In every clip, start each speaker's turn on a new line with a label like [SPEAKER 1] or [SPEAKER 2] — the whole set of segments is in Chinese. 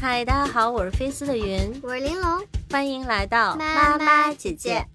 [SPEAKER 1] 嗨，大家好，我是菲斯的云，
[SPEAKER 2] 我是玲珑。
[SPEAKER 1] 欢迎来到
[SPEAKER 2] 妈妈
[SPEAKER 1] 妈姐
[SPEAKER 2] 姐姐。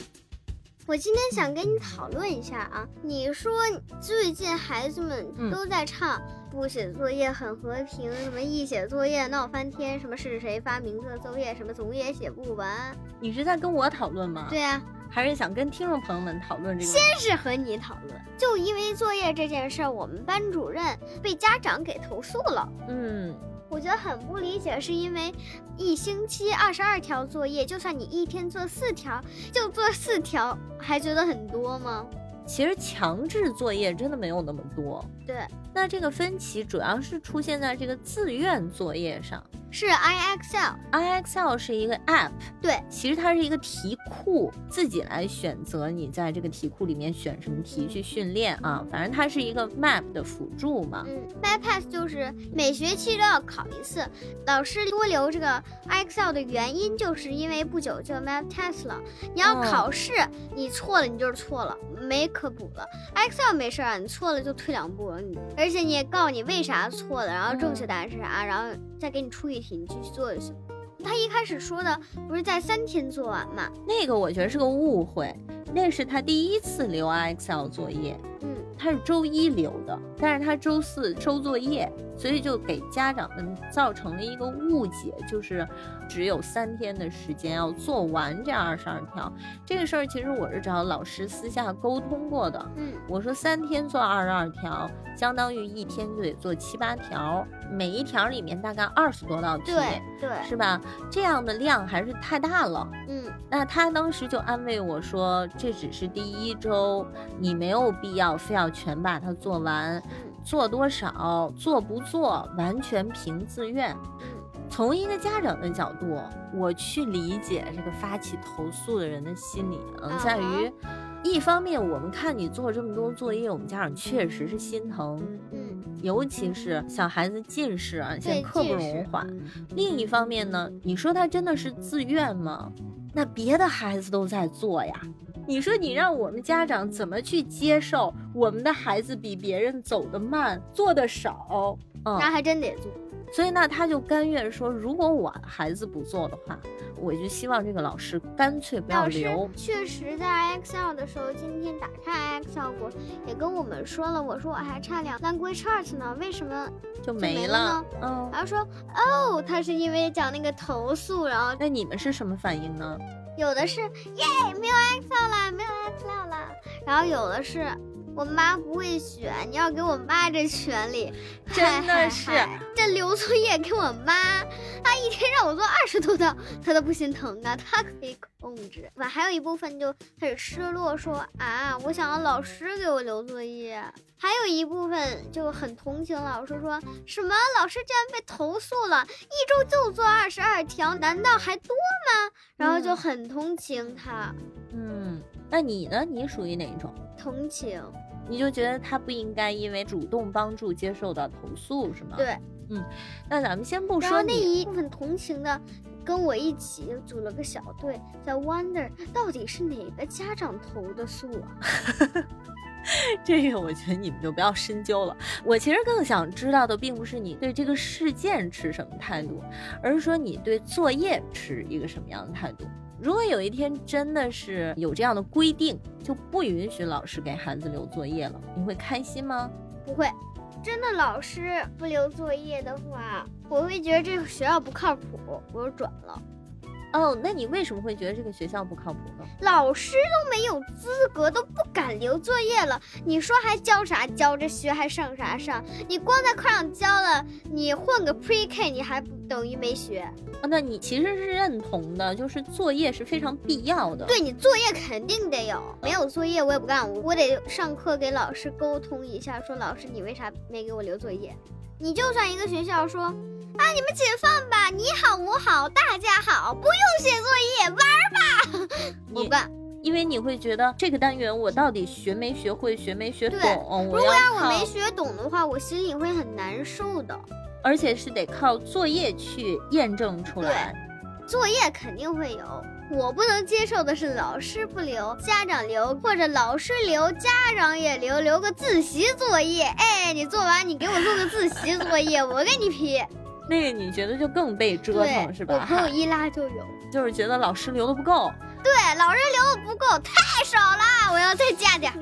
[SPEAKER 2] 我今天想跟你讨论一下啊，你说最近孩子
[SPEAKER 1] 嗯
[SPEAKER 2] 们都在唱、不写作业很和平，什么一写作业闹翻天，什么是谁发明的作业，什么总也写不完。
[SPEAKER 1] 你是在跟我讨论吗？
[SPEAKER 2] 对，啊，
[SPEAKER 1] 还是想跟听众朋友们讨论这个？
[SPEAKER 2] 真是和你讨论。就因为作业这件事儿，我们班主任被家长给投诉了。
[SPEAKER 1] 嗯，
[SPEAKER 2] 我觉得很不理解，是因为一星期二十二条作业，就算你一天做四条，就做四条，还觉得很多吗？
[SPEAKER 1] 其实强制作业真的没有那么多。
[SPEAKER 2] 对，
[SPEAKER 1] 那这个分歧主要是出现在这个自愿作业上。
[SPEAKER 2] 是 IXL，
[SPEAKER 1] iXL 是一个 app，
[SPEAKER 2] 对，
[SPEAKER 1] 其实它是一个题库，自己来选择你在这个题库里面选什么题去训练啊。反正它是一个 map 的辅助嘛。
[SPEAKER 2] 嗯，bypass 就是每学期都要考一次。老师多留这个 IXL 的原因，就是因为不久就 math test 了，你要
[SPEAKER 1] 哦
[SPEAKER 2] 考试，你错了你就是错了，没可补了。IXL 没事儿啊，你错了就退两步，你而且你也告诉你为啥错了，然后正确答案是啥，然后再给你出一题，你继续做就行。他一开始说的不是在三天做完嘛？
[SPEAKER 1] 那个我觉得是个误会，那是他第一次留 iXL 作业，
[SPEAKER 2] 嗯，
[SPEAKER 1] 他是周一留的，但是他周四收作业，所以就给家长们造成了一个误解，就是只有三天的时间要做完这二十二条。这个事儿其实我是找老师私下沟通过的，
[SPEAKER 2] 嗯
[SPEAKER 1] 我说三天做二十二条，相当于一天就得做七八条，每一条里面大概二十多道题，
[SPEAKER 2] 对对，
[SPEAKER 1] 是吧？这样的量还是太大了。
[SPEAKER 2] 嗯
[SPEAKER 1] 那他当时就安慰我说，这只是第一周，你没有必要非要全把它做完，
[SPEAKER 2] 嗯
[SPEAKER 1] 做多少，做不做，完全凭自愿。
[SPEAKER 2] 嗯，
[SPEAKER 1] 从一个家长的角度，我去理解这个发起投诉的人的心理，嗯，
[SPEAKER 2] 嗯
[SPEAKER 1] 在于，一方面我们看你做这么多作业，我们家长确实是心疼，
[SPEAKER 2] 嗯，
[SPEAKER 1] 尤其是小孩子近视啊，现在
[SPEAKER 2] 对
[SPEAKER 1] 刻不
[SPEAKER 2] 近
[SPEAKER 1] 容
[SPEAKER 2] 视
[SPEAKER 1] 缓。另一方面呢，你说他真的是自愿吗？那别的孩子都在做呀，你说你让我们家长怎么去接受我们的孩子比别人走得慢，做得少？嗯，
[SPEAKER 2] 那还真得做。
[SPEAKER 1] 所以那他就甘愿说，如果我孩子不做的话，我就希望这个老师干脆不要
[SPEAKER 2] 老师
[SPEAKER 1] 留。
[SPEAKER 2] 确实在 IXL 的时候，今天打开 IXL 我也跟我们说了，我说我还差两 language chart 呢，为什么？
[SPEAKER 1] 就
[SPEAKER 2] 没
[SPEAKER 1] 了
[SPEAKER 2] 了。啊
[SPEAKER 1] 嗯，
[SPEAKER 2] 然后说哦，他是因为讲那个投诉，然后
[SPEAKER 1] 那你们是什么反应呢？
[SPEAKER 2] 有的是耶没有 IXL 啦，没有 IXL 啦，然后有的是我妈不会选，你要给我妈这权利，
[SPEAKER 1] 真的是
[SPEAKER 2] 嗨嗨嗨这留作业给我妈，她一天让我做二十多道，她都不心疼啊，她可以控制。完还有一部分就开始失落说，啊，我想要老师给我留作业。还有一部分就很同情老师说，什么老师竟然被投诉了，一周就做二十二条，难道还多吗？然后就
[SPEAKER 1] 嗯
[SPEAKER 2] 很同情他，
[SPEAKER 1] 嗯，那你呢？你属于哪一种？
[SPEAKER 2] 同情
[SPEAKER 1] 你就觉得他不应该因为主动帮助接受到投诉是吗？
[SPEAKER 2] 对。。
[SPEAKER 1] 那咱们先不
[SPEAKER 2] 然后
[SPEAKER 1] 说
[SPEAKER 2] 那
[SPEAKER 1] 你，
[SPEAKER 2] 一部分同情的跟我一起组了个小队，在 wonder 到底是哪个家长投的诉啊？
[SPEAKER 1] 这个我觉得你们就不要深究了。我其实更想知道的，并不是你对这个事件持什么态度，而是说你对作业持一个什么样的态度。如果有一天真的是有这样的规定，就不允许老师给孩子留作业了，你会开心吗？
[SPEAKER 2] 不会，真的老师不留作业的话，我会觉得这个学校不靠谱，我就转了。
[SPEAKER 1] 哦，那你为什么会觉得这个学校不靠谱呢？
[SPEAKER 2] 老师都没有资格，都不敢留作业了，你说还教啥教？这学还上啥上？你光在课上教了，你混个 Pre K，你还不等于没学？
[SPEAKER 1] 哦，那你其实是认同的，就是作业是非常必要的。
[SPEAKER 2] 对你作业肯定得有，没有作业我也不干，我得上课给老师沟通一下，说老师你为啥没给我留作业？你就算一个学校说啊，你们解放吧，你好我好大家好，不用写作业玩儿吧， 我
[SPEAKER 1] 你
[SPEAKER 2] 不干。
[SPEAKER 1] 因为你会觉得这个单元我到底学没学会，学没学懂，
[SPEAKER 2] 对
[SPEAKER 1] 我
[SPEAKER 2] 如果要我
[SPEAKER 1] 靠
[SPEAKER 2] 没学懂的话，我心里会很难受的。
[SPEAKER 1] 而且是得靠作业去验证出来。
[SPEAKER 2] 作业肯定会有，我不能接受的是老师不留，家长留，或者老师留，家长也留，留个自习作业。哎，你做完你给我做个自习作业，我给你批。
[SPEAKER 1] 那个你觉得就更被折
[SPEAKER 2] 对
[SPEAKER 1] 腾，是
[SPEAKER 2] 我
[SPEAKER 1] 吧？
[SPEAKER 2] 朋友一拉就有，
[SPEAKER 1] 就是觉得老师留的不够，
[SPEAKER 2] 对，老人留的不够，太少了，我要再加点儿。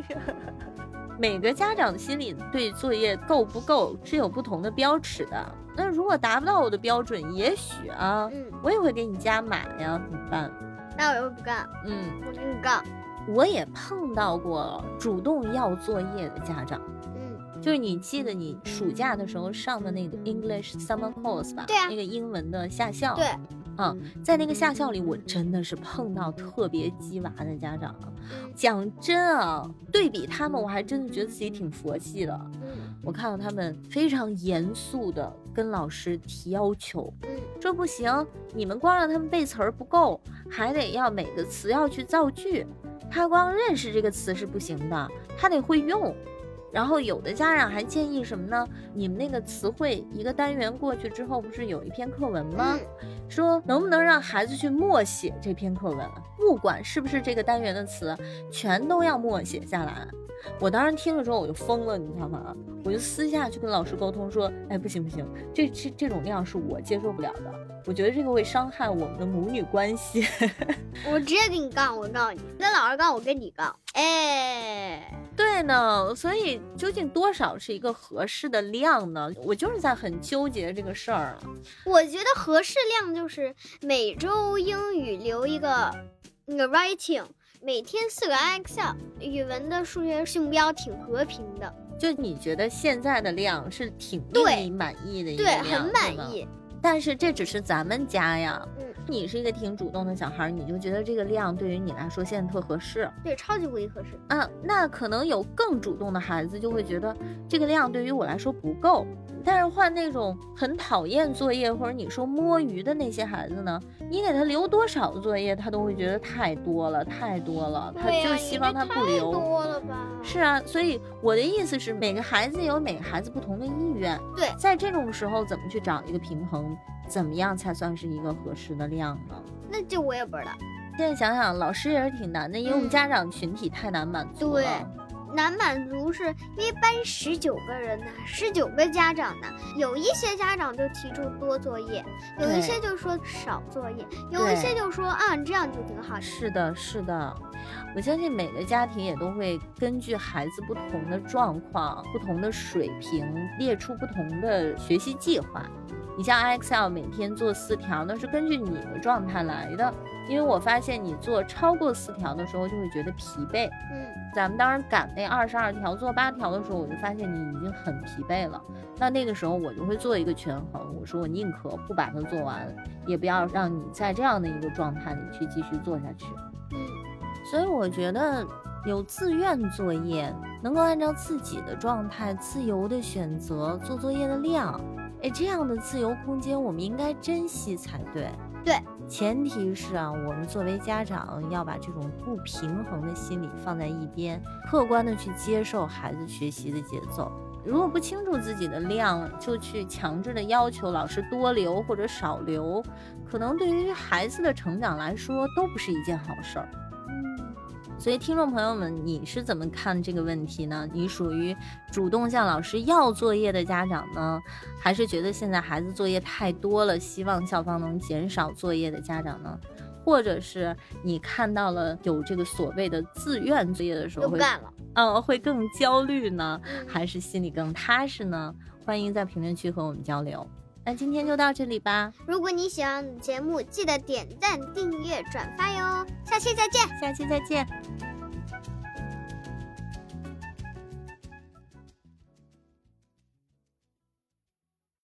[SPEAKER 1] 每个家长心里对作业够不够是有不同的标尺的。那如果达不到我的标准，也许啊，
[SPEAKER 2] 嗯，
[SPEAKER 1] 我也会给你加满呀，怎么办？
[SPEAKER 2] 那我又不干，
[SPEAKER 1] 嗯，
[SPEAKER 2] 我跟你杠。
[SPEAKER 1] 我也碰到过主动要作业的家长，
[SPEAKER 2] 嗯，
[SPEAKER 1] 就是你记得你暑假的时候上的那个 English Summer Course 吧？
[SPEAKER 2] 对啊
[SPEAKER 1] 那个英文的夏校。
[SPEAKER 2] 对，
[SPEAKER 1] 在那个夏校里，我真的是碰到特别鸡娃的家长。
[SPEAKER 2] 嗯
[SPEAKER 1] 讲真啊，对比他们，我还真的觉得自己挺佛系的。
[SPEAKER 2] 嗯
[SPEAKER 1] 我看到他们非常严肃的跟老师提要求，
[SPEAKER 2] 嗯，
[SPEAKER 1] 这不行，你们光让他们背词儿不够，还得要每个词要去造句，他光认识这个词是不行的，他得会用。然后有的家长还建议什么呢？你们那个词汇一个单元过去之后，不是有一篇课文
[SPEAKER 2] 嗯
[SPEAKER 1] 吗？说能不能让孩子去默写这篇课文，啊不管是不是这个单元的词，全都要默写下来。我当时听了之后我就疯了，你知道吗？我就私下去跟老师沟通说，哎，不行不行，这这这种量是我接受不了的，我觉得这个会伤害我们的母女关系。
[SPEAKER 2] 我直接跟你杠，我告诉你，跟老师杠，我跟你杠。哎，
[SPEAKER 1] 对呢，所以究竟多少是一个合适的量呢？我就是在很纠结这个事儿。啊
[SPEAKER 2] 我觉得合适量就是每周英语留一个那个 writing，每天四个 Excel，语文的、数学、目标挺和平的，
[SPEAKER 1] 就你觉得现在的量是挺令
[SPEAKER 2] 对
[SPEAKER 1] 你满意的一个
[SPEAKER 2] 对，
[SPEAKER 1] 量，
[SPEAKER 2] 很
[SPEAKER 1] 对
[SPEAKER 2] 满
[SPEAKER 1] 吗
[SPEAKER 2] 意。
[SPEAKER 1] 但是这只是咱们家呀，
[SPEAKER 2] 嗯
[SPEAKER 1] 你是一个挺主动的小孩儿，你就觉得这个量对于你来说现在特合适
[SPEAKER 2] 对，超级无敌合适。
[SPEAKER 1] 啊。那可能有更主动的孩子就会觉得这个量对于我来说不够。但是换那种很讨厌作业或者你说摸鱼的那些孩子呢，你给他留多少作业，他都会觉得太多了，太多了，他
[SPEAKER 2] 对呀
[SPEAKER 1] 就
[SPEAKER 2] 你
[SPEAKER 1] 希
[SPEAKER 2] 这
[SPEAKER 1] 望他不
[SPEAKER 2] 太
[SPEAKER 1] 留。
[SPEAKER 2] 多了吧？
[SPEAKER 1] 是啊，所以我的意思是，每个孩子有每个孩子不同的意愿。
[SPEAKER 2] 对
[SPEAKER 1] 在这种时候，怎么去找一个平衡？怎么样才算是一个合适的量呢？
[SPEAKER 2] 那这我也不知道，
[SPEAKER 1] 现在想想，老师也是挺难的，因为我们
[SPEAKER 2] 嗯
[SPEAKER 1] 家长群体太难满足了。
[SPEAKER 2] 对难满足是因为班十九个人呢，十九个家长呢，有一些家长就提出多作业，有一些就说少作业，有一些就说啊这样就挺好的。
[SPEAKER 1] 是的，是的，我相信每个家庭也都会根据孩子不同的状况、不同的水平，列出不同的学习计划。你像 Excel 每天做四条，那是根据你的状态来的。因为我发现你做超过四条的时候，就会觉得疲惫。
[SPEAKER 2] 嗯，
[SPEAKER 1] 咱们当时赶那二十二条做八条的时候，我就发现你已经很疲惫了。那那个时候我就会做一个权衡，我说我宁可不把它做完，也不要让你在这样的一个状态里去继续做下去。
[SPEAKER 2] 嗯，
[SPEAKER 1] 所以我觉得有自愿作业，能够按照自己的状态自由的选择做作业的量，哎，这样的自由空间我们应该珍惜才对。
[SPEAKER 2] 对，
[SPEAKER 1] 前提是啊，我们作为家长要把这种不平衡的心理放在一边，客观的去接受孩子学习的节奏。如果不清楚自己的量，就去强制的要求老师多留或者少留，可能对于孩子的成长来说都不是一件好事儿。所以，听众朋友们，你是怎么看这个问题呢？你属于主动向老师要作业的家长呢，还是觉得现在孩子作业太多了，希望校方能减少作业的家长呢？或者是你看到了有这个所谓的自愿作业的时候
[SPEAKER 2] 就不
[SPEAKER 1] 会，
[SPEAKER 2] 干了。
[SPEAKER 1] 嗯、会更焦虑呢，
[SPEAKER 2] 嗯
[SPEAKER 1] 还是心里更踏实呢？欢迎在评论区和我们交流。那今天就到这里吧，
[SPEAKER 2] 如果你喜欢我们的节目，记得点赞、订阅、转发哟。下期再见。
[SPEAKER 1] 下期再见。